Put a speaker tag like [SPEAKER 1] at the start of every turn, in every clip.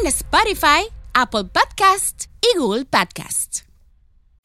[SPEAKER 1] en Spotify, Apple Podcast y Google Podcast.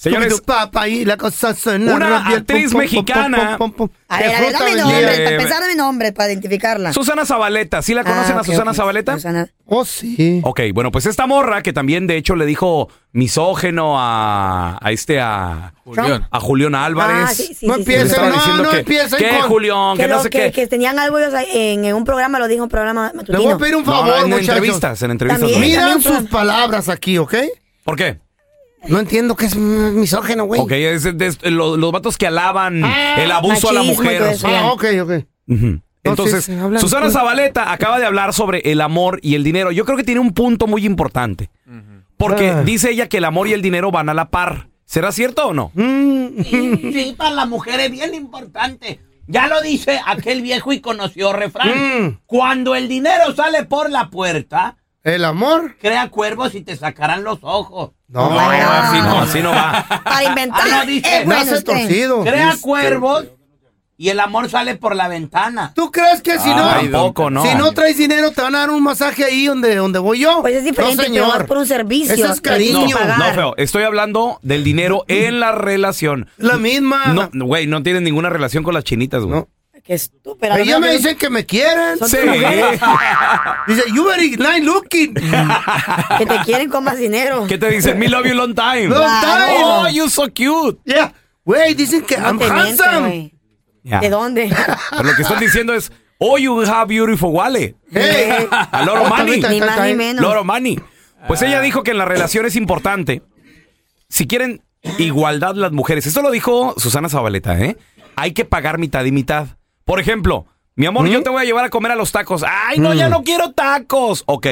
[SPEAKER 2] Señores,
[SPEAKER 3] Scooby-Doo, papa y la cosa suena
[SPEAKER 2] Una
[SPEAKER 3] rápido,
[SPEAKER 2] actriz mexicana.
[SPEAKER 4] A
[SPEAKER 3] Que
[SPEAKER 4] ver, a ver,
[SPEAKER 3] frota
[SPEAKER 4] dame
[SPEAKER 3] el
[SPEAKER 4] nombre,
[SPEAKER 3] día.
[SPEAKER 2] eh,
[SPEAKER 4] para
[SPEAKER 2] eh,
[SPEAKER 4] pensar en mi nombre, para identificarla.
[SPEAKER 2] Susana Zabaleta. ¿Sí la conocen
[SPEAKER 4] Ah,
[SPEAKER 2] a
[SPEAKER 4] ok,
[SPEAKER 2] Susana
[SPEAKER 4] ok.
[SPEAKER 2] Zabaleta?
[SPEAKER 4] Susana.
[SPEAKER 3] Oh, sí.
[SPEAKER 2] Ok, bueno, pues esta morra que también de hecho le dijo misógeno a, a este a,
[SPEAKER 3] Julián.
[SPEAKER 2] a Julián Álvarez.
[SPEAKER 4] Ah, sí, sí,
[SPEAKER 3] No
[SPEAKER 4] sí, sí.
[SPEAKER 2] Le
[SPEAKER 3] empiecen,
[SPEAKER 2] estaba
[SPEAKER 3] no,
[SPEAKER 2] diciendo
[SPEAKER 3] no
[SPEAKER 2] que,
[SPEAKER 3] empiecen
[SPEAKER 2] ¿qué,
[SPEAKER 3] con-
[SPEAKER 2] Julián? Que,
[SPEAKER 4] Que,
[SPEAKER 2] no
[SPEAKER 4] lo-
[SPEAKER 2] sé
[SPEAKER 4] que-
[SPEAKER 2] qué.
[SPEAKER 4] que tenían algo ellos en, en un programa, lo dijo un programa
[SPEAKER 3] Le voy
[SPEAKER 4] matutino.
[SPEAKER 3] a pedir un
[SPEAKER 2] No,
[SPEAKER 3] favor,
[SPEAKER 2] en
[SPEAKER 3] muchachos.
[SPEAKER 2] entrevistas, en entrevistas.
[SPEAKER 4] También.
[SPEAKER 2] no.
[SPEAKER 4] Mira.
[SPEAKER 3] Miran
[SPEAKER 4] También,
[SPEAKER 3] sus palabras aquí, ¿ok?
[SPEAKER 2] ¿Por qué?
[SPEAKER 3] No entiendo qué es mm, misógeno, güey.
[SPEAKER 2] Ok, es, de- es- lo- los vatos que alaban
[SPEAKER 3] Ah,
[SPEAKER 2] el abuso a la
[SPEAKER 4] machismo y todo
[SPEAKER 2] mujer.
[SPEAKER 4] eso.
[SPEAKER 3] Ah, ok, ok.
[SPEAKER 2] Ujú. Entonces,
[SPEAKER 3] Entonces, hablan-
[SPEAKER 2] Susana Zabaleta acaba de hablar sobre el amor y el dinero. Yo creo que tiene un punto muy importante. Porque
[SPEAKER 3] Ah.
[SPEAKER 2] dice ella que el amor y el dinero van a la par. ¿Será cierto o no?
[SPEAKER 5] Sí, sí, para la mujer es bien importante. Ya lo dice aquel viejo y conocido refrán.
[SPEAKER 3] Mm.
[SPEAKER 5] Cuando el dinero sale por la puerta,
[SPEAKER 3] ¿El amor?
[SPEAKER 5] crea cuervos y te sacarán los ojos.
[SPEAKER 3] No,
[SPEAKER 4] No,
[SPEAKER 3] no,
[SPEAKER 2] Así no, así no va.
[SPEAKER 4] Para inventar.
[SPEAKER 5] Ah, no, dice,
[SPEAKER 4] eh, bueno,
[SPEAKER 3] naces
[SPEAKER 4] usted.
[SPEAKER 3] torcido.
[SPEAKER 5] Crea cuervos y el amor sale por la ventana.
[SPEAKER 3] ¿Tú crees que si no,
[SPEAKER 2] Ay, tampoco, no.
[SPEAKER 3] si no traes dinero te van a dar un masaje ahí donde, donde voy yo?
[SPEAKER 4] Pues es diferente,
[SPEAKER 3] no,
[SPEAKER 4] pero
[SPEAKER 3] señor.
[SPEAKER 4] vas por un servicio,
[SPEAKER 3] Eso es
[SPEAKER 4] que tienes
[SPEAKER 3] cariño.
[SPEAKER 4] que pagar.
[SPEAKER 2] No, feo. Estoy hablando del dinero en la relación.
[SPEAKER 3] La misma.
[SPEAKER 2] No, güey, no tienen ninguna relación con las chinitas, güey.
[SPEAKER 3] No.
[SPEAKER 4] Qué estúpida. la
[SPEAKER 3] Ellos
[SPEAKER 4] verdad,
[SPEAKER 3] me
[SPEAKER 4] yo-
[SPEAKER 3] dicen que me quieren.
[SPEAKER 4] Son
[SPEAKER 2] Sí.
[SPEAKER 4] tus mujeres
[SPEAKER 3] Dice, you very nice looking.
[SPEAKER 4] que te quieren con más dinero.
[SPEAKER 2] ¿Qué te dicen? Me love you long time.
[SPEAKER 3] Long time.
[SPEAKER 2] Oh, you so cute.
[SPEAKER 3] yeah. Güey, dicen que
[SPEAKER 4] No
[SPEAKER 3] I'm
[SPEAKER 4] te mientas,
[SPEAKER 3] handsome.
[SPEAKER 4] güey. ¿De dónde?
[SPEAKER 2] Pero lo que están diciendo es, oh, you have beautiful wallet.
[SPEAKER 3] Hey.
[SPEAKER 2] A Loro Mani.
[SPEAKER 4] Ni más ni menos.
[SPEAKER 2] Loro Mani. Pues
[SPEAKER 3] Ah.
[SPEAKER 2] ella dijo que en la relación es importante. Si quieren igualdad las mujeres. Esto lo dijo Susana Zabaleta, ¿eh? Hay que pagar mitad y mitad. Por ejemplo, mi amor,
[SPEAKER 3] ¿Mm?
[SPEAKER 2] yo te voy a llevar a comer a los tacos. Ay, no, ya no quiero tacos. Ok,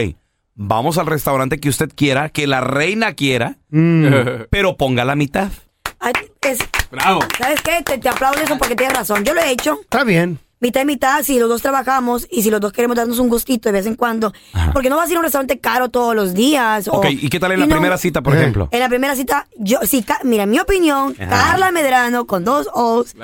[SPEAKER 2] vamos al restaurante que usted quiera, que la reina quiera,
[SPEAKER 3] Mm.
[SPEAKER 2] pero ponga la mitad.
[SPEAKER 4] Ay, es-
[SPEAKER 2] Bravo.
[SPEAKER 4] ¿Sabes qué? Te, te aplaudo eso porque tienes razón. Yo lo he hecho.
[SPEAKER 3] Está bien.
[SPEAKER 4] Mitad y mitad, si los dos trabajamos y si los dos queremos darnos un gustito de vez en cuando.
[SPEAKER 2] Ajá.
[SPEAKER 4] Porque no vas a ir a un restaurante caro todos los días.
[SPEAKER 2] Ok,
[SPEAKER 4] o-
[SPEAKER 2] ¿y qué tal en la
[SPEAKER 4] you know,
[SPEAKER 2] primera cita, por
[SPEAKER 3] Eh.
[SPEAKER 2] ejemplo?
[SPEAKER 4] En la primera cita, yo, sí, ca- mira, en mi opinión, Carla Medrano con dos O's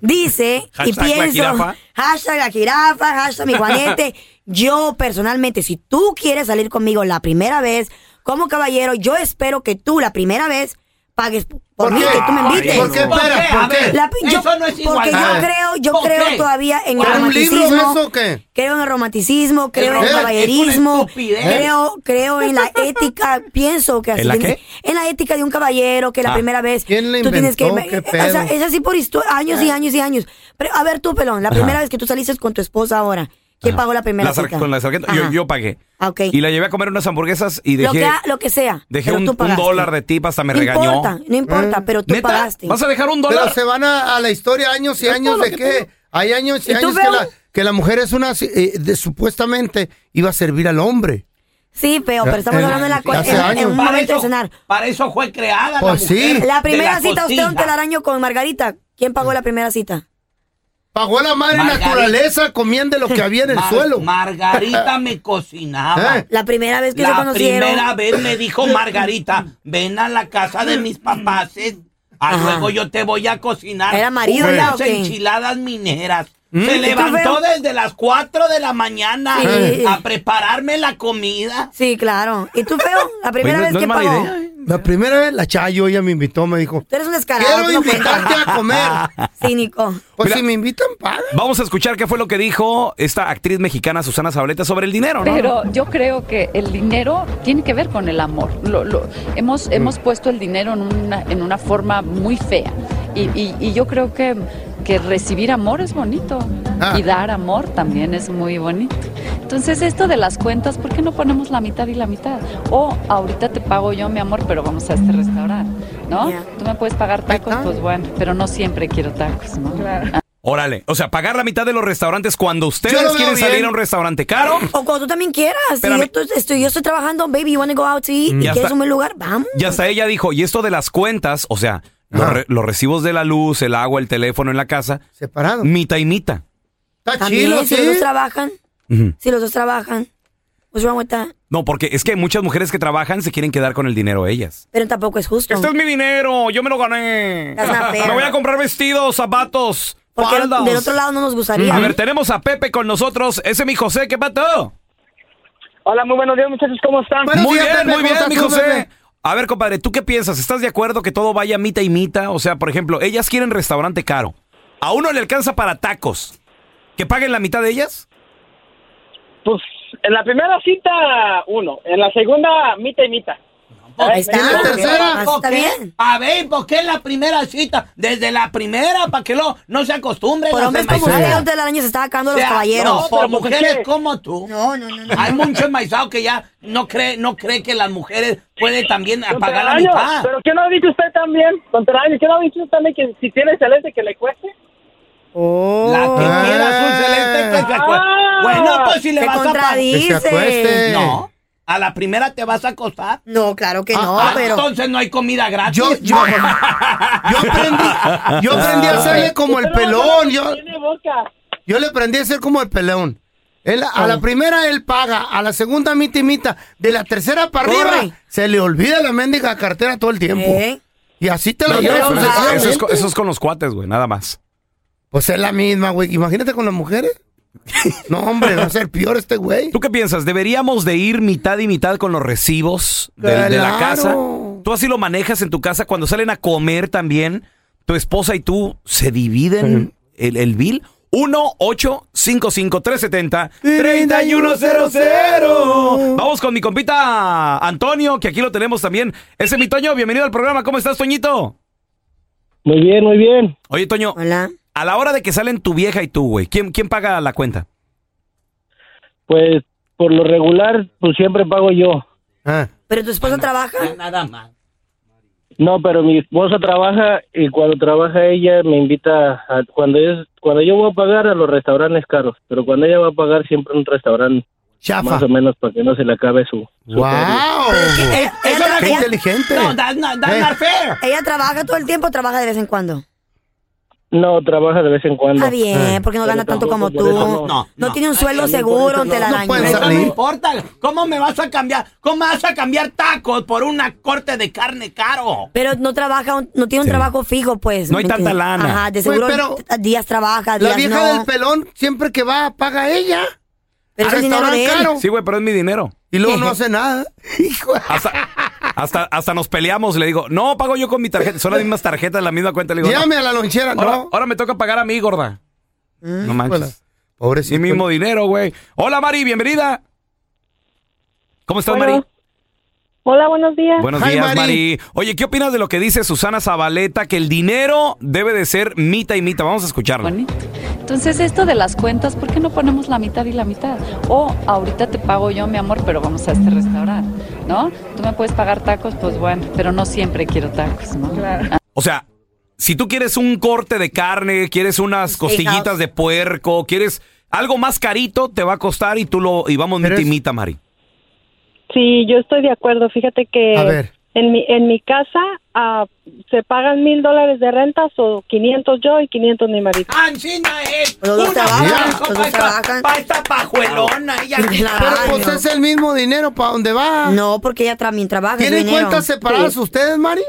[SPEAKER 4] dice y
[SPEAKER 2] Hashtag la
[SPEAKER 4] pienso,
[SPEAKER 2] jirafa.
[SPEAKER 4] hashtag la jirafa, hashtag mi Juanete. yo personalmente, si tú quieres salir conmigo la primera vez, como caballero, yo espero que tú la primera vez pagues por, mí, que tú me invites.
[SPEAKER 3] ¿Por qué?
[SPEAKER 5] ¿Por
[SPEAKER 3] Espera,
[SPEAKER 5] qué?
[SPEAKER 3] ¿por
[SPEAKER 5] A ver,
[SPEAKER 3] qué?
[SPEAKER 4] La pi- yo-
[SPEAKER 5] Eso no es
[SPEAKER 4] porque yo
[SPEAKER 5] igualdad.
[SPEAKER 4] creo, yo
[SPEAKER 5] ¿Por
[SPEAKER 4] creo
[SPEAKER 5] qué?
[SPEAKER 4] todavía en el
[SPEAKER 3] ¿Era un libro
[SPEAKER 4] romanticismo.
[SPEAKER 3] eso o qué?
[SPEAKER 4] Creo en el romanticismo, creo en el
[SPEAKER 3] es una
[SPEAKER 4] caballerismo,
[SPEAKER 5] estupidez.
[SPEAKER 4] creo, creo en la ética, pienso que así
[SPEAKER 2] ¿En la
[SPEAKER 4] tiene-
[SPEAKER 2] qué?
[SPEAKER 4] en la ética de un caballero, que la
[SPEAKER 2] Ah.
[SPEAKER 4] primera vez
[SPEAKER 3] ¿Quién la
[SPEAKER 4] tú tienes que
[SPEAKER 3] inventó? ¿Qué
[SPEAKER 4] o sea,
[SPEAKER 3] pedo?
[SPEAKER 4] es así por histo- años
[SPEAKER 2] Ah.
[SPEAKER 4] y años y años. Pero a ver tú, pelón, la primera vez que tú saliste con tu esposa ahora, ¿quién pagó la primera
[SPEAKER 2] La sar-
[SPEAKER 4] cita?
[SPEAKER 2] con la sargento. Yo,
[SPEAKER 4] Ajá.
[SPEAKER 2] yo pagué.
[SPEAKER 4] Ah, ok.
[SPEAKER 2] Y la llevé a comer unas hamburguesas y
[SPEAKER 4] lo,
[SPEAKER 2] dejé...
[SPEAKER 4] que, ha- lo que sea.
[SPEAKER 2] Dejé
[SPEAKER 4] pero
[SPEAKER 2] un,
[SPEAKER 4] tú
[SPEAKER 2] un
[SPEAKER 4] pagaste.
[SPEAKER 2] dólar de tip, hasta me
[SPEAKER 4] no
[SPEAKER 2] regañó.
[SPEAKER 4] importa, no
[SPEAKER 3] Mm.
[SPEAKER 4] importa, pero tú
[SPEAKER 2] ¿Neta?
[SPEAKER 4] pagaste.
[SPEAKER 2] ¿Vas a dejar un
[SPEAKER 3] Pero
[SPEAKER 2] dólar?
[SPEAKER 3] se van a, a la historia años y años de que hay años y,
[SPEAKER 4] ¿Y tú,
[SPEAKER 3] años que
[SPEAKER 4] Bel?
[SPEAKER 3] la, que la mujer es una eh, de- supuestamente iba a servir al hombre.
[SPEAKER 4] Sí, pero, pero estamos
[SPEAKER 3] Eh,
[SPEAKER 4] hablando de la co-
[SPEAKER 3] hace
[SPEAKER 4] en- en,
[SPEAKER 3] años.
[SPEAKER 4] un
[SPEAKER 5] Para
[SPEAKER 4] momento de
[SPEAKER 5] eso,
[SPEAKER 4] cenar.
[SPEAKER 5] para eso fue creada
[SPEAKER 3] Pues
[SPEAKER 5] la
[SPEAKER 3] sí.
[SPEAKER 5] mujer.
[SPEAKER 4] La
[SPEAKER 5] de
[SPEAKER 4] primera
[SPEAKER 5] la
[SPEAKER 4] cita, usted
[SPEAKER 5] cocina.
[SPEAKER 4] un telaraño con Margarita. ¿Quién pagó la primera cita?
[SPEAKER 3] Pagó la madre
[SPEAKER 5] Margarita.
[SPEAKER 3] naturaleza comiendo lo que había en el
[SPEAKER 5] Mar-
[SPEAKER 3] suelo.
[SPEAKER 5] Margarita me cocinaba.
[SPEAKER 3] ¿Eh?
[SPEAKER 4] La primera vez que se
[SPEAKER 5] La
[SPEAKER 4] conocieron.
[SPEAKER 5] primera vez me dijo Margarita, ven a la casa de mis papás, eh, ah,
[SPEAKER 4] Ajá.
[SPEAKER 5] luego yo te voy a cocinar
[SPEAKER 4] ¿Era marido ya o
[SPEAKER 5] unas
[SPEAKER 4] qué? Mm.
[SPEAKER 5] enchiladas mineras. Se
[SPEAKER 4] ¿Y tú,
[SPEAKER 5] levantó
[SPEAKER 4] feo?
[SPEAKER 5] desde las 4 de la mañana
[SPEAKER 4] Sí.
[SPEAKER 5] a prepararme la comida.
[SPEAKER 4] Sí, claro. ¿Y tú, feo? La primera
[SPEAKER 2] Oye, no-
[SPEAKER 4] vez
[SPEAKER 2] no
[SPEAKER 4] que
[SPEAKER 2] es mala
[SPEAKER 4] pagó.
[SPEAKER 2] idea, ¿eh?
[SPEAKER 3] La primera vez, la Chayo, ella me invitó, me dijo,
[SPEAKER 4] Tú eres un descarado.
[SPEAKER 3] quiero
[SPEAKER 4] tú no cuentas.
[SPEAKER 3] invitarte a comer.
[SPEAKER 4] Cínico.
[SPEAKER 3] Pues
[SPEAKER 2] Mira.
[SPEAKER 3] si me invitan, paga.
[SPEAKER 2] Vamos a escuchar qué fue lo que dijo esta actriz mexicana Susana Zabaleta sobre el dinero, ¿no?
[SPEAKER 6] Pero yo creo que el dinero tiene que ver con el amor. Lo- lo- hemos, hemos puesto el dinero en una, en una forma muy fea. Y, y- y yo creo que, que recibir amor es bonito.
[SPEAKER 3] Ah.
[SPEAKER 6] Y dar amor también es muy bonito. Entonces, esto de las cuentas, ¿por qué no ponemos la mitad y la mitad? O ahorita te pago yo, mi amor, pero vamos a este restaurante, ¿no?
[SPEAKER 4] Ya.
[SPEAKER 6] Tú me puedes pagar tacos,
[SPEAKER 3] está.
[SPEAKER 6] pues bueno, pero no siempre quiero tacos, ¿no?
[SPEAKER 2] Órale, o sea, pagar la mitad de los restaurantes cuando ustedes
[SPEAKER 3] Yo lo veo
[SPEAKER 2] quieren salir
[SPEAKER 3] bien.
[SPEAKER 2] a un restaurante caro.
[SPEAKER 4] O cuando tú también quieras. Si
[SPEAKER 2] Espérame. Mm.
[SPEAKER 4] yo, estoy- estoy, yo estoy trabajando, baby, you wanna go out to eat, y
[SPEAKER 2] Ya
[SPEAKER 4] quieres
[SPEAKER 2] está.
[SPEAKER 4] un buen lugar, vamos.
[SPEAKER 2] Y hasta ella dijo, y esto de las cuentas, o sea, los,
[SPEAKER 3] Ajá.
[SPEAKER 2] re- los recibos de la luz, el agua, el teléfono en la casa,
[SPEAKER 3] Separado.
[SPEAKER 2] mitad y mitad.
[SPEAKER 3] Está
[SPEAKER 4] También,
[SPEAKER 3] chido,
[SPEAKER 4] si los dos
[SPEAKER 3] sí.
[SPEAKER 4] trabajan,
[SPEAKER 2] Ujú.
[SPEAKER 4] si los dos trabajan. What's wrong with that?
[SPEAKER 2] No, porque es que muchas mujeres que trabajan se quieren quedar con el dinero ellas.
[SPEAKER 4] Pero tampoco es justo.
[SPEAKER 2] Este es mi dinero, yo me lo gané.
[SPEAKER 4] That's not fair.
[SPEAKER 2] Me voy a comprar vestidos, zapatos,
[SPEAKER 4] Porque del-
[SPEAKER 2] faldas.
[SPEAKER 4] del otro lado no nos gustaría.
[SPEAKER 2] A ver, tenemos a Pepe con nosotros. Ese es mi José, ¿qué pato?
[SPEAKER 7] Hola, muy buenos días, muchachos, ¿cómo están?
[SPEAKER 3] Buenos
[SPEAKER 2] muy
[SPEAKER 3] días,
[SPEAKER 2] bien,
[SPEAKER 3] Pepe,
[SPEAKER 2] muy bien,
[SPEAKER 3] ¿cómo
[SPEAKER 2] mi
[SPEAKER 3] estás tú,
[SPEAKER 2] José.
[SPEAKER 3] Pepe?
[SPEAKER 2] A ver, compadre, ¿tú qué piensas? ¿Estás de acuerdo que todo vaya mitad y mitad? O sea, por ejemplo, ellas quieren restaurante caro. A uno le alcanza para tacos. ¿Que paguen la mitad de ellas?
[SPEAKER 7] Pues en la primera cita, uno. En la segunda, mitad y mitad.
[SPEAKER 4] Ahí está.
[SPEAKER 3] ¿Y la tercera?
[SPEAKER 4] Así está
[SPEAKER 5] ¿Por qué?
[SPEAKER 4] bien.
[SPEAKER 5] A ver, ¿por qué en la primera cita? Desde la primera, para que lo, no se acostumbren.
[SPEAKER 4] Por
[SPEAKER 5] a
[SPEAKER 4] hombres
[SPEAKER 5] hacer
[SPEAKER 4] como
[SPEAKER 5] más-
[SPEAKER 4] usted, antes del año se está cagando
[SPEAKER 5] O
[SPEAKER 4] los
[SPEAKER 5] sea,
[SPEAKER 4] caballeros.
[SPEAKER 5] No, por
[SPEAKER 7] Pero, ¿por qué?
[SPEAKER 5] mujeres como tú.
[SPEAKER 4] No, no, no. no.
[SPEAKER 5] Hay mucho enmaizado que ya no cree, no cree que las mujeres pueden también pagar la
[SPEAKER 7] Contrario,
[SPEAKER 5] mitad.
[SPEAKER 7] Pero ¿qué no ha dicho usted también? Contrario, ¿qué no ha dicho usted también que si tiene excelente que le cueste?
[SPEAKER 2] Oh.
[SPEAKER 5] La que
[SPEAKER 3] Ah.
[SPEAKER 5] quieras un celeste que se acue-
[SPEAKER 7] Ah.
[SPEAKER 5] Bueno, pues si le
[SPEAKER 4] Se
[SPEAKER 5] vas a pagar.
[SPEAKER 3] Que se acueste.
[SPEAKER 4] contradice.
[SPEAKER 5] No, a la primera te vas a acostar.
[SPEAKER 4] No, claro que no,
[SPEAKER 5] Ah,
[SPEAKER 4] pero.
[SPEAKER 5] Entonces no hay comida gratis.
[SPEAKER 3] Yo, yo, yo aprendí, yo aprendí a hacerle como el
[SPEAKER 7] Usted no va a
[SPEAKER 3] pelón.
[SPEAKER 7] hablar
[SPEAKER 3] Yo,
[SPEAKER 7] que Tiene boca.
[SPEAKER 3] yo le aprendí a hacer como el pelón. Él- a la primera él paga, a la segunda mitad y mitad, de la tercera para arriba
[SPEAKER 4] Corre.
[SPEAKER 3] se le olvida la mendiga cartera todo el tiempo.
[SPEAKER 4] ¿Eh?
[SPEAKER 3] Y así te
[SPEAKER 2] No,
[SPEAKER 3] la
[SPEAKER 2] no,
[SPEAKER 3] llevas.
[SPEAKER 2] no,
[SPEAKER 4] pero
[SPEAKER 2] eso, eso es,
[SPEAKER 3] sucesivamente.
[SPEAKER 2] co- eso es con los cuates, güey, nada más.
[SPEAKER 3] Pues es la misma, güey. Imagínate con las mujeres. No, hombre, va a ser peor este güey.
[SPEAKER 2] ¿Tú qué piensas? ¿Deberíamos de ir mitad y mitad con los recibos del- de,
[SPEAKER 3] Claro.
[SPEAKER 2] la casa? ¿Tú así lo manejas en tu casa? Cuando salen a comer también, tu esposa y tú se dividen el, el bill. 1 855 370 3100 Vamos con mi compita Antonio, que aquí lo tenemos también. Ese es mi Toño, bienvenido al programa. ¿Cómo estás, Toñito?
[SPEAKER 7] Muy bien, muy bien.
[SPEAKER 2] Oye, Toño,
[SPEAKER 4] Hola.
[SPEAKER 2] a la hora de que salen tu vieja y tú, güey, ¿quién, ¿quién paga la cuenta?
[SPEAKER 7] Pues por lo regular, pues siempre pago yo.
[SPEAKER 3] Ah.
[SPEAKER 4] ¿Pero tu esposa trabaja?
[SPEAKER 5] Nada más.
[SPEAKER 7] No, pero mi esposa trabaja y cuando trabaja ella me invita a cuando es cuando yo voy a pagar a los restaurantes caros, pero cuando ella va a pagar siempre un restaurante
[SPEAKER 3] Chafa.
[SPEAKER 7] más o menos para que no se le acabe su. su feria.
[SPEAKER 3] ¡Wow!
[SPEAKER 4] Ella, ella tra-
[SPEAKER 3] ¡Qué
[SPEAKER 4] ella-
[SPEAKER 3] inteligente!
[SPEAKER 5] No, that's not, that's
[SPEAKER 3] Eh.
[SPEAKER 5] not fair.
[SPEAKER 4] ella trabaja todo el tiempo o trabaja de vez en cuando.
[SPEAKER 7] No, trabaja de vez en cuando.
[SPEAKER 4] Está
[SPEAKER 2] Eh.
[SPEAKER 4] bien, porque no
[SPEAKER 7] Pero
[SPEAKER 4] gana tanto como
[SPEAKER 7] tampoco
[SPEAKER 4] tú.
[SPEAKER 7] por eso
[SPEAKER 4] No,
[SPEAKER 7] no.
[SPEAKER 5] No, no.
[SPEAKER 4] tiene un
[SPEAKER 5] Ay,
[SPEAKER 4] sueldo
[SPEAKER 7] también por
[SPEAKER 4] seguro,
[SPEAKER 7] eso no.
[SPEAKER 4] te la
[SPEAKER 3] No
[SPEAKER 4] daño.
[SPEAKER 3] pueden
[SPEAKER 5] Eso no
[SPEAKER 3] salir.
[SPEAKER 5] importa. ¿Cómo me vas a cambiar? ¿Cómo vas a cambiar tacos por una corte de carne caro?
[SPEAKER 4] Pero no trabaja, un- no tiene un
[SPEAKER 2] Sí.
[SPEAKER 4] trabajo fijo, pues.
[SPEAKER 2] No hay
[SPEAKER 4] ¿me
[SPEAKER 2] tanta
[SPEAKER 4] entiendes?
[SPEAKER 2] lana.
[SPEAKER 4] Ajá,
[SPEAKER 3] Güey,
[SPEAKER 4] de seguro
[SPEAKER 3] pero
[SPEAKER 4] t- días trabaja, días
[SPEAKER 3] La vieja
[SPEAKER 4] no.
[SPEAKER 3] del pelón, siempre que va, paga ella.
[SPEAKER 4] pero
[SPEAKER 3] al
[SPEAKER 4] es dinero de
[SPEAKER 3] restaurante
[SPEAKER 4] él.
[SPEAKER 3] caro.
[SPEAKER 2] Sí, güey, pero es mi dinero.
[SPEAKER 3] Y luego no hace nada. Hijo.
[SPEAKER 2] Hasta, hasta, hasta nos peleamos. Le digo, no, pago yo con mi tarjeta. Son las mismas tarjetas, la misma cuenta. Le digo, no,
[SPEAKER 3] Llévame a la lonchera,
[SPEAKER 2] ahora,
[SPEAKER 3] ¿no?
[SPEAKER 2] ahora me toca pagar a mí, gorda. no
[SPEAKER 3] Bueno,
[SPEAKER 2] manches. Sí,
[SPEAKER 3] Pobrecito.
[SPEAKER 2] mismo dinero, güey. Hola, Mari, bienvenida. ¿Cómo estás, Mari?
[SPEAKER 8] Hola, buenos días.
[SPEAKER 2] Buenos
[SPEAKER 3] Hi,
[SPEAKER 2] días, Mari.
[SPEAKER 3] Mari.
[SPEAKER 2] Oye, ¿qué opinas de lo que dice Susana Zabaleta? Que el dinero debe de ser mitad y mitad. Vamos a escucharla.
[SPEAKER 6] bonito. Entonces, esto de las cuentas, ¿por qué no ponemos la mitad y la mitad? O ahorita te pago yo, mi amor, pero vamos a este restaurante, ¿no? Tú me puedes pagar tacos, pues bueno, pero no siempre quiero tacos, ¿no? Ah.
[SPEAKER 2] O sea, si tú quieres un corte de carne, quieres unas costillitas de puerco, quieres algo más carito, te va a costar y tú lo... Y vamos
[SPEAKER 3] Pero
[SPEAKER 2] mitad y
[SPEAKER 3] es-
[SPEAKER 2] mitad, Mari.
[SPEAKER 8] Sí, yo estoy de acuerdo. Fíjate que
[SPEAKER 3] A ver.
[SPEAKER 8] En mi, en mi casa ah, se pagan mil dólares de rentas o 500 yo y 500 mi marido.
[SPEAKER 5] ¡Ancina es!
[SPEAKER 8] Los dos
[SPEAKER 5] una
[SPEAKER 8] trabajan,
[SPEAKER 5] pareja
[SPEAKER 8] los dos
[SPEAKER 2] Oh
[SPEAKER 5] pa' esta- pa' esta pajuelona! Ella
[SPEAKER 3] Pero pues es el mismo dinero para donde va.
[SPEAKER 4] No, porque ella también trabaja. es
[SPEAKER 3] ¿Tienen
[SPEAKER 4] dinero.
[SPEAKER 3] cuentas separadas
[SPEAKER 4] Sí.
[SPEAKER 3] ustedes, Mari?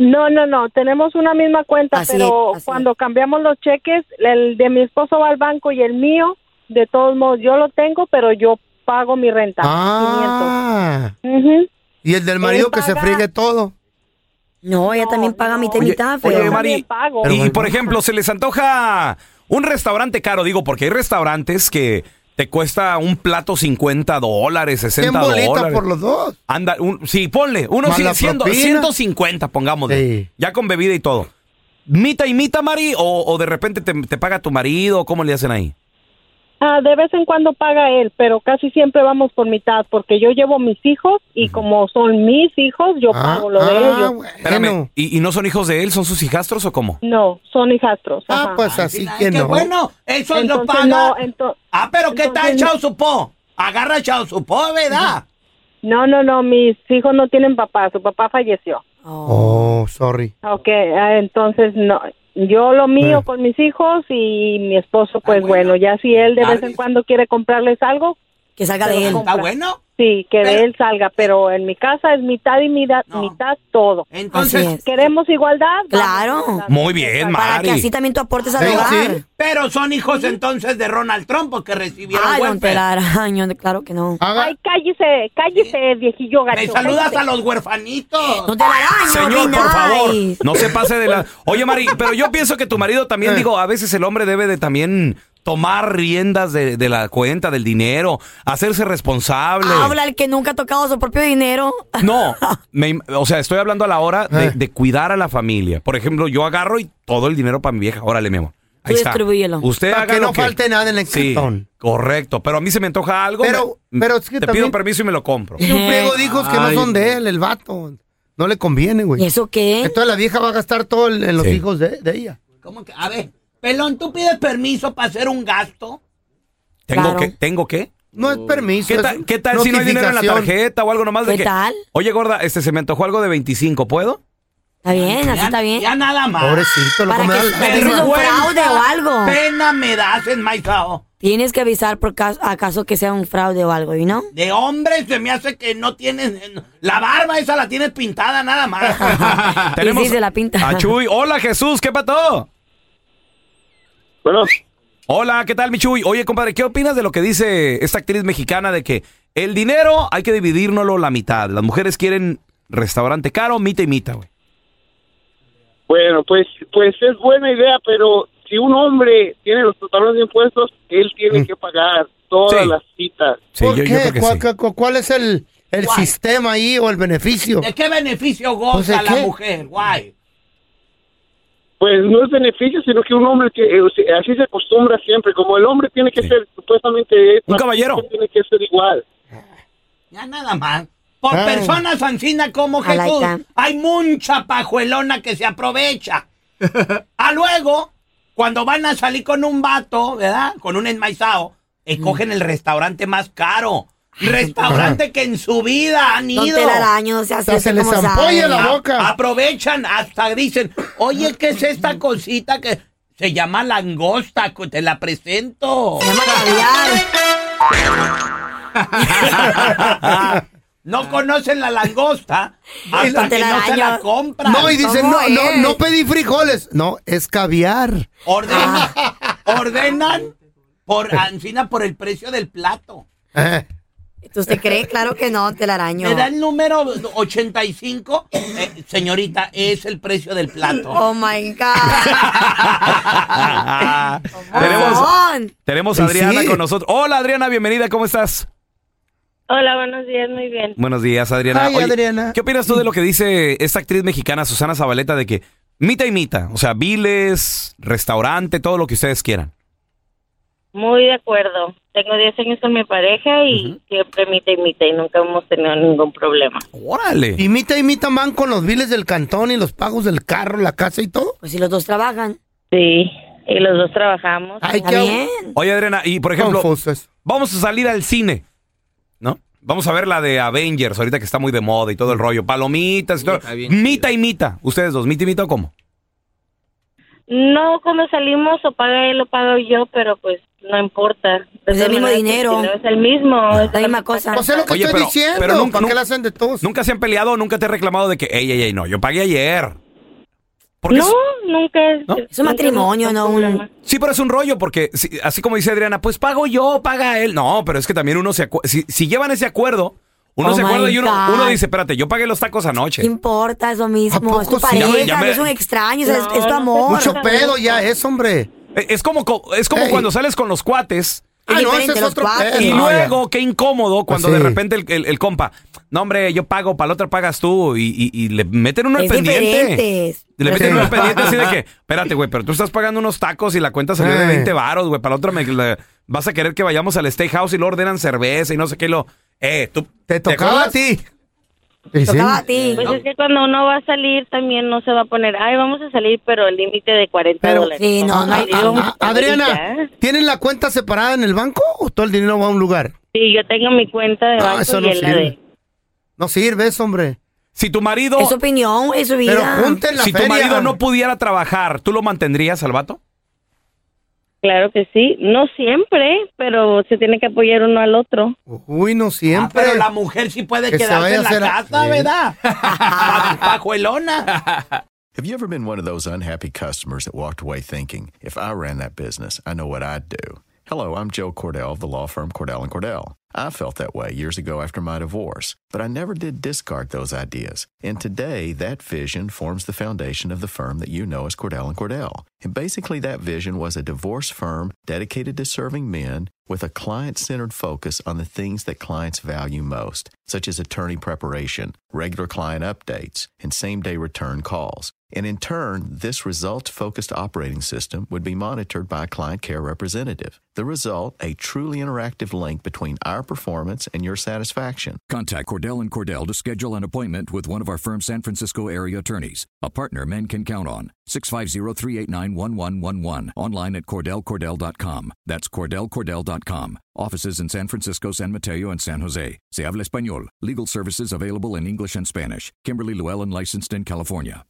[SPEAKER 8] No, no, no, tenemos una misma
[SPEAKER 3] Ah,
[SPEAKER 8] cuenta,
[SPEAKER 4] Así
[SPEAKER 8] pero
[SPEAKER 4] es, así
[SPEAKER 8] cuando cambiamos los cheques, el de mi esposo va al banco y el mío, de todos modos, yo lo tengo, pero yo pago mi renta.
[SPEAKER 3] Ah.
[SPEAKER 8] 500. Ujú.
[SPEAKER 3] Y el del marido que se friegue todo.
[SPEAKER 4] No, ella también paga mitad y
[SPEAKER 2] Oye,
[SPEAKER 4] mitad,
[SPEAKER 2] oye,
[SPEAKER 4] feo.
[SPEAKER 2] Mari, y, y, por ejemplo, se les antoja un restaurante caro, digo, porque hay restaurantes que te cuesta un plato 50 dólares, 60
[SPEAKER 3] En bolita
[SPEAKER 2] dólares.
[SPEAKER 3] por los dos.
[SPEAKER 2] Anda, un- sí, ponle, unos
[SPEAKER 3] Más
[SPEAKER 2] cien-
[SPEAKER 3] la
[SPEAKER 2] ciento-
[SPEAKER 3] propina.
[SPEAKER 2] 150, pongámosle. Ya con bebida y todo. ¿Mita y mita, Mari? ¿O, o de repente te, te paga tu marido? ¿Cómo le hacen ahí?
[SPEAKER 8] Ah, de vez en cuando paga él, pero casi siempre vamos por mitad, porque yo llevo mis hijos y como son mis hijos, yo
[SPEAKER 3] Ah,
[SPEAKER 8] pago lo de ellos.
[SPEAKER 2] Espérame, ¿y, y no son hijos de él? ¿Son sus hijastros o cómo?
[SPEAKER 8] No, son hijastros. Ah,
[SPEAKER 3] pues así
[SPEAKER 5] que no. bueno, eso lo paga. Ah, pero ¿qué tal Chao Supo? Agarra Chao Supo, ¿verdad?
[SPEAKER 8] No, no, no, mis hijos no tienen papá, su papá falleció.
[SPEAKER 3] Oh, sorry.
[SPEAKER 8] Ok, ah, entonces no. Yo lo mío con mis hijos y mi esposo, pues bueno, ya si él de vez en cuando quiere comprarles algo.
[SPEAKER 4] Que salga
[SPEAKER 8] se
[SPEAKER 4] de
[SPEAKER 8] lo
[SPEAKER 4] él.
[SPEAKER 8] compra.
[SPEAKER 4] ¿Está bueno?
[SPEAKER 8] Sí, que de él salga, pero en mi casa es mitad y mitad, mitad todo.
[SPEAKER 5] Entonces- Así es.
[SPEAKER 8] ¿queremos igualdad?
[SPEAKER 4] Claro.
[SPEAKER 2] Muy bien, Mari.
[SPEAKER 4] también tú aportes
[SPEAKER 5] pero,
[SPEAKER 4] hogar.
[SPEAKER 5] pero son hijos entonces de Ronald Trump que recibieron
[SPEAKER 4] Ay, don
[SPEAKER 5] welfare.
[SPEAKER 4] Telaraño, claro que no.
[SPEAKER 8] Ay, cállese, cállese, viejillo gacho.
[SPEAKER 5] Me saludas a los huerfanitos.
[SPEAKER 4] No te la
[SPEAKER 2] Señor, por favor, no se pase de la... Oye, Mari, pero yo pienso que tu marido
[SPEAKER 3] Eh.
[SPEAKER 2] también, digo, a veces el hombre debe de también tomar riendas de, de la cuenta, del dinero, hacerse responsable.
[SPEAKER 4] Habla el que nunca ha tocado su propio dinero.
[SPEAKER 2] No, me im- o sea, estoy hablando a la hora
[SPEAKER 3] Eh.
[SPEAKER 2] de, de cuidar a la familia. Por ejemplo, yo agarro y todo el dinero para mi vieja. Órale, mi amor. Ahí
[SPEAKER 3] Tú
[SPEAKER 2] está.
[SPEAKER 3] distribúyelo.
[SPEAKER 2] Usted
[SPEAKER 3] Para
[SPEAKER 2] haga
[SPEAKER 3] que
[SPEAKER 2] Eh, lo
[SPEAKER 3] no falte nada en el
[SPEAKER 2] Sí,
[SPEAKER 3] cartón.
[SPEAKER 2] correcto. Pero a mí se me antoja algo.
[SPEAKER 3] Pero-
[SPEAKER 2] me-
[SPEAKER 3] pero es que
[SPEAKER 2] te
[SPEAKER 3] también- Eh,
[SPEAKER 2] pido permiso y me lo compro.
[SPEAKER 3] Y un friego de hijos que no
[SPEAKER 2] Ay.
[SPEAKER 3] son de él, el vato. No le conviene, güey.
[SPEAKER 4] ¿Y eso qué?
[SPEAKER 3] Entonces la vieja va a gastar todo en en los hijos de, de ella.
[SPEAKER 5] ¿Cómo que? A ver, Pelón, ¿tú pides permiso para hacer un gasto?
[SPEAKER 2] ¿Tengo
[SPEAKER 5] Claro.
[SPEAKER 2] que? ¿Tengo que?
[SPEAKER 3] No es
[SPEAKER 4] Pues,
[SPEAKER 3] permiso.
[SPEAKER 2] Oh. ¿Qué,
[SPEAKER 3] es
[SPEAKER 2] tal- qué tal si no hay dinero en la
[SPEAKER 3] notificación.
[SPEAKER 2] tarjeta o algo nomás de
[SPEAKER 3] ¿Qué
[SPEAKER 2] que,
[SPEAKER 3] tal?
[SPEAKER 2] Oye, gorda, este se me antojó algo de 25, ¿puedo?
[SPEAKER 4] Está bien, así
[SPEAKER 5] Ya-
[SPEAKER 4] está bien.
[SPEAKER 5] Ya nada más.
[SPEAKER 3] Pobrecito,
[SPEAKER 4] Para que si cometes un fraude o algo.
[SPEAKER 5] Pena me das en Maizao.
[SPEAKER 4] Tienes que avisar por caso, acaso que sea un fraude o algo, ¿y no?
[SPEAKER 5] De hombre se me hace que no tienes... La barba esa la tienes pintada nada más.
[SPEAKER 4] Tenemos Ah, sí, se la pinta.
[SPEAKER 2] Ah, a Chuy. Hola, Jesús, ¿qué pato?
[SPEAKER 9] Bueno.
[SPEAKER 2] Hola, ¿qué tal, mi Chuy? Oye, compadre, ¿qué opinas de lo que dice esta actriz mexicana de que el dinero hay que dividírnoslo la mitad? Las mujeres quieren restaurante caro, mita y mita, güey.
[SPEAKER 9] Bueno, pues, pues es buena idea, pero si un hombre tiene los pantalones bien puestos, él
[SPEAKER 5] Mm.
[SPEAKER 9] tiene que pagar todas las citas.
[SPEAKER 3] ¿Por qué? ¿Cuál, cu- cuál es el, el sistema ahí o el beneficio?
[SPEAKER 5] ¿De qué beneficio
[SPEAKER 3] Pues, ¿de
[SPEAKER 5] goza la
[SPEAKER 3] qué?
[SPEAKER 5] mujer? Guay.
[SPEAKER 9] Pues no es beneficio, sino que un hombre que eh, se- así se acostumbra siempre. Como el hombre tiene que ser supuestamente
[SPEAKER 2] Un caballero.
[SPEAKER 9] tiene que ser igual.
[SPEAKER 5] Ya nada más. Por
[SPEAKER 9] Ay.
[SPEAKER 5] personas ancinas como
[SPEAKER 9] I like
[SPEAKER 5] Jesús,
[SPEAKER 9] that.
[SPEAKER 5] hay mucha pajuelona que se aprovecha. a luego, cuando van a salir con un vato, ¿verdad? Con un enmaizado, escogen el restaurante más caro. Restaurante que en su vida han
[SPEAKER 4] Don
[SPEAKER 5] ido.
[SPEAKER 4] Telaraño, no sea Hasta cierto, se les ¿cómo ampolla sabe? la
[SPEAKER 5] A-
[SPEAKER 4] boca.
[SPEAKER 5] aprovechan, hasta dicen, oye, ¿qué es esta cosita que se llama langosta? co- Te la presento. No conocen la langosta hasta que no se la compran.
[SPEAKER 3] No, y dicen, no, no, no pedí frijoles. No, es caviar.
[SPEAKER 5] Ordenan,
[SPEAKER 3] Ah.
[SPEAKER 5] ordenan por Ancina por el precio del plato.
[SPEAKER 3] Eh,
[SPEAKER 4] ¿Tú usted cree? Claro que no, telaraño.
[SPEAKER 5] Me da el número 85. Eh, señorita, es el precio del plato.
[SPEAKER 4] Oh my God.
[SPEAKER 2] tenemos,
[SPEAKER 4] Ramón.
[SPEAKER 2] tenemos a
[SPEAKER 5] Sí,
[SPEAKER 2] Adriana
[SPEAKER 5] sí.
[SPEAKER 2] con nosotros. Hola, Adriana, bienvenida, ¿cómo estás?
[SPEAKER 8] Hola, buenos días, muy bien.
[SPEAKER 2] Buenos días, Adriana.
[SPEAKER 3] Ay, Adriana.
[SPEAKER 2] ¿Qué opinas tú de lo que dice esta actriz mexicana, Susana Zabaleta, de que mita y mita? O sea, viles, restaurante, todo lo que ustedes quieran.
[SPEAKER 8] Muy de acuerdo. Tengo 10 años con mi pareja y siempre imita, imita y nunca hemos tenido ningún problema.
[SPEAKER 2] Órale.
[SPEAKER 3] Imita, imita, man, con los biles del cantón y los pagos del carro, la casa y todo.
[SPEAKER 4] Pues si los dos trabajan.
[SPEAKER 8] Sí, y los dos trabajamos.
[SPEAKER 3] Ay,
[SPEAKER 4] Está
[SPEAKER 3] qué
[SPEAKER 4] bien.
[SPEAKER 2] Oye, Adriana, y por ejemplo, vamos a salir al cine, ¿no? Vamos a ver la de Avengers, ahorita que está muy de moda y todo el rollo. Palomitas y todo. Mita y mita. Ustedes dos, mita y mita o cómo?
[SPEAKER 10] No, cuando salimos o paga él o pago yo, pero pues no importa.
[SPEAKER 4] Pues el mismo
[SPEAKER 10] Personalmente,
[SPEAKER 4] dinero. Ah,
[SPEAKER 10] si No es el mismo. es
[SPEAKER 4] La misma cosa.
[SPEAKER 3] Pues es lo que
[SPEAKER 2] Oye,
[SPEAKER 3] estoy
[SPEAKER 2] pero-
[SPEAKER 3] diciendo.
[SPEAKER 2] pero nunca-
[SPEAKER 3] ¿Para qué
[SPEAKER 2] nunca-
[SPEAKER 3] la hacen de todos?
[SPEAKER 2] ¿Nunca se han peleado? ¿Nunca te he reclamado de que, ey, ey, ey, no, yo pagué ayer? Porque
[SPEAKER 10] No,
[SPEAKER 2] es-
[SPEAKER 10] nunca es.
[SPEAKER 2] ¿No?
[SPEAKER 4] Es un matrimonio, no un...
[SPEAKER 2] Sí, pero es un rollo, porque si- así como dice Adriana, pues pago yo, paga él. No, pero es que también uno se acu- si, si llevan ese acuerdo, uno
[SPEAKER 4] Oh
[SPEAKER 2] se acuerda
[SPEAKER 4] my
[SPEAKER 2] y uno,
[SPEAKER 4] God.
[SPEAKER 2] uno dice, espérate, yo pagué los tacos anoche.
[SPEAKER 4] ¿Qué importa? Es lo mismo. Es tu
[SPEAKER 2] sí? Ya
[SPEAKER 4] pareja,
[SPEAKER 2] me- ya me-
[SPEAKER 4] es un extraño, es,
[SPEAKER 10] No,
[SPEAKER 4] es tu
[SPEAKER 10] no
[SPEAKER 4] amor.
[SPEAKER 3] Mucho pedo ya es, hombre.
[SPEAKER 2] Eh, Es como, co- es como
[SPEAKER 3] Ey.
[SPEAKER 2] cuando sales con los cuates.
[SPEAKER 3] Ah, no, ese
[SPEAKER 4] diferente,
[SPEAKER 3] es
[SPEAKER 4] los
[SPEAKER 3] otro
[SPEAKER 4] cuates.
[SPEAKER 3] pedo.
[SPEAKER 2] Y
[SPEAKER 3] Ah,
[SPEAKER 2] luego, qué incómodo cuando
[SPEAKER 3] Pues sí.
[SPEAKER 2] de repente el, el- el compa, no hombre, yo pago, para la otra pagas tú, y, y- y le meten uno al
[SPEAKER 4] Es
[SPEAKER 2] pendiente.
[SPEAKER 4] diferentes.
[SPEAKER 2] Le meten
[SPEAKER 3] Sí.
[SPEAKER 2] unos pendientes así de que, espérate, güey, pero tú estás pagando unos tacos y la cuenta salió de
[SPEAKER 3] Eh.
[SPEAKER 2] 20 varos, güey. Para la otra me, la- vas a querer que vayamos al steakhouse y lo ordenan cerveza y no sé qué. y lo, eh, tú.
[SPEAKER 3] ya. Te tocaba a
[SPEAKER 2] acuerdas?
[SPEAKER 3] ti. Y sí.
[SPEAKER 4] Tocaba a ti.
[SPEAKER 10] Pues es que cuando uno va a salir también no se va a poner, ay, vamos a salir, pero el límite de 40
[SPEAKER 3] Pero-
[SPEAKER 10] dólares.
[SPEAKER 4] Sí, no, no,
[SPEAKER 10] Ay,
[SPEAKER 4] no,
[SPEAKER 10] digo,
[SPEAKER 3] A- Ah, Adriana,
[SPEAKER 10] ahorita, ¿eh?
[SPEAKER 3] ¿tienen la cuenta separada en el banco o todo el dinero va a un lugar?
[SPEAKER 10] Sí, yo tengo mi cuenta de
[SPEAKER 3] Ah,
[SPEAKER 10] banco
[SPEAKER 3] eso
[SPEAKER 10] y
[SPEAKER 3] no
[SPEAKER 10] él la de...
[SPEAKER 3] sirve. No sirve eso, hombre.
[SPEAKER 2] Si tu marido,
[SPEAKER 4] Es su opinión, es su vida.
[SPEAKER 3] Pero junten la
[SPEAKER 2] si tu
[SPEAKER 3] feria.
[SPEAKER 2] marido no pudiera trabajar, ¿tú lo mantendrías al vato?
[SPEAKER 10] Claro que sí, no siempre, pero se tiene que apoyar uno al otro.
[SPEAKER 3] Uy, no
[SPEAKER 5] Ah,
[SPEAKER 3] siempre.
[SPEAKER 5] pero la mujer sí puede
[SPEAKER 3] Que se
[SPEAKER 5] quedarse
[SPEAKER 3] vaya a
[SPEAKER 5] en la
[SPEAKER 3] hacer a-
[SPEAKER 5] casa,
[SPEAKER 3] Sí.
[SPEAKER 5] ¿verdad? Pa- Pajuelona.
[SPEAKER 11] Have you ever been one of those unhappy customers that walked away thinking, if I ran that business, I know what I'd do? Hello, I'm Joe Cordell of the law firm Cordell and Cordell. I felt that way years ago after my divorce, but I never did discard those ideas. And today, that vision forms the foundation of the firm that you know as Cordell and Cordell. And basically, that vision was a divorce firm dedicated to serving men with a client centered focus on the things that clients value most, such as attorney preparation, regular client updates, and same day return calls. And in turn, this results focused operating system would be monitored by a client care representative. The result, a truly interactive link between our performance and your satisfaction.
[SPEAKER 12] Contact Cordell and Cordell to schedule an appointment with one of our firm's San Francisco area attorneys, a partner men can count on. 650-389-1111. Online at cordellcordell.com. That's cordellcordell.com. Offices in San Francisco, San Mateo, and San Jose. Se habla español. Legal services available in English and Spanish. Kimberly Llewellyn licensed in California.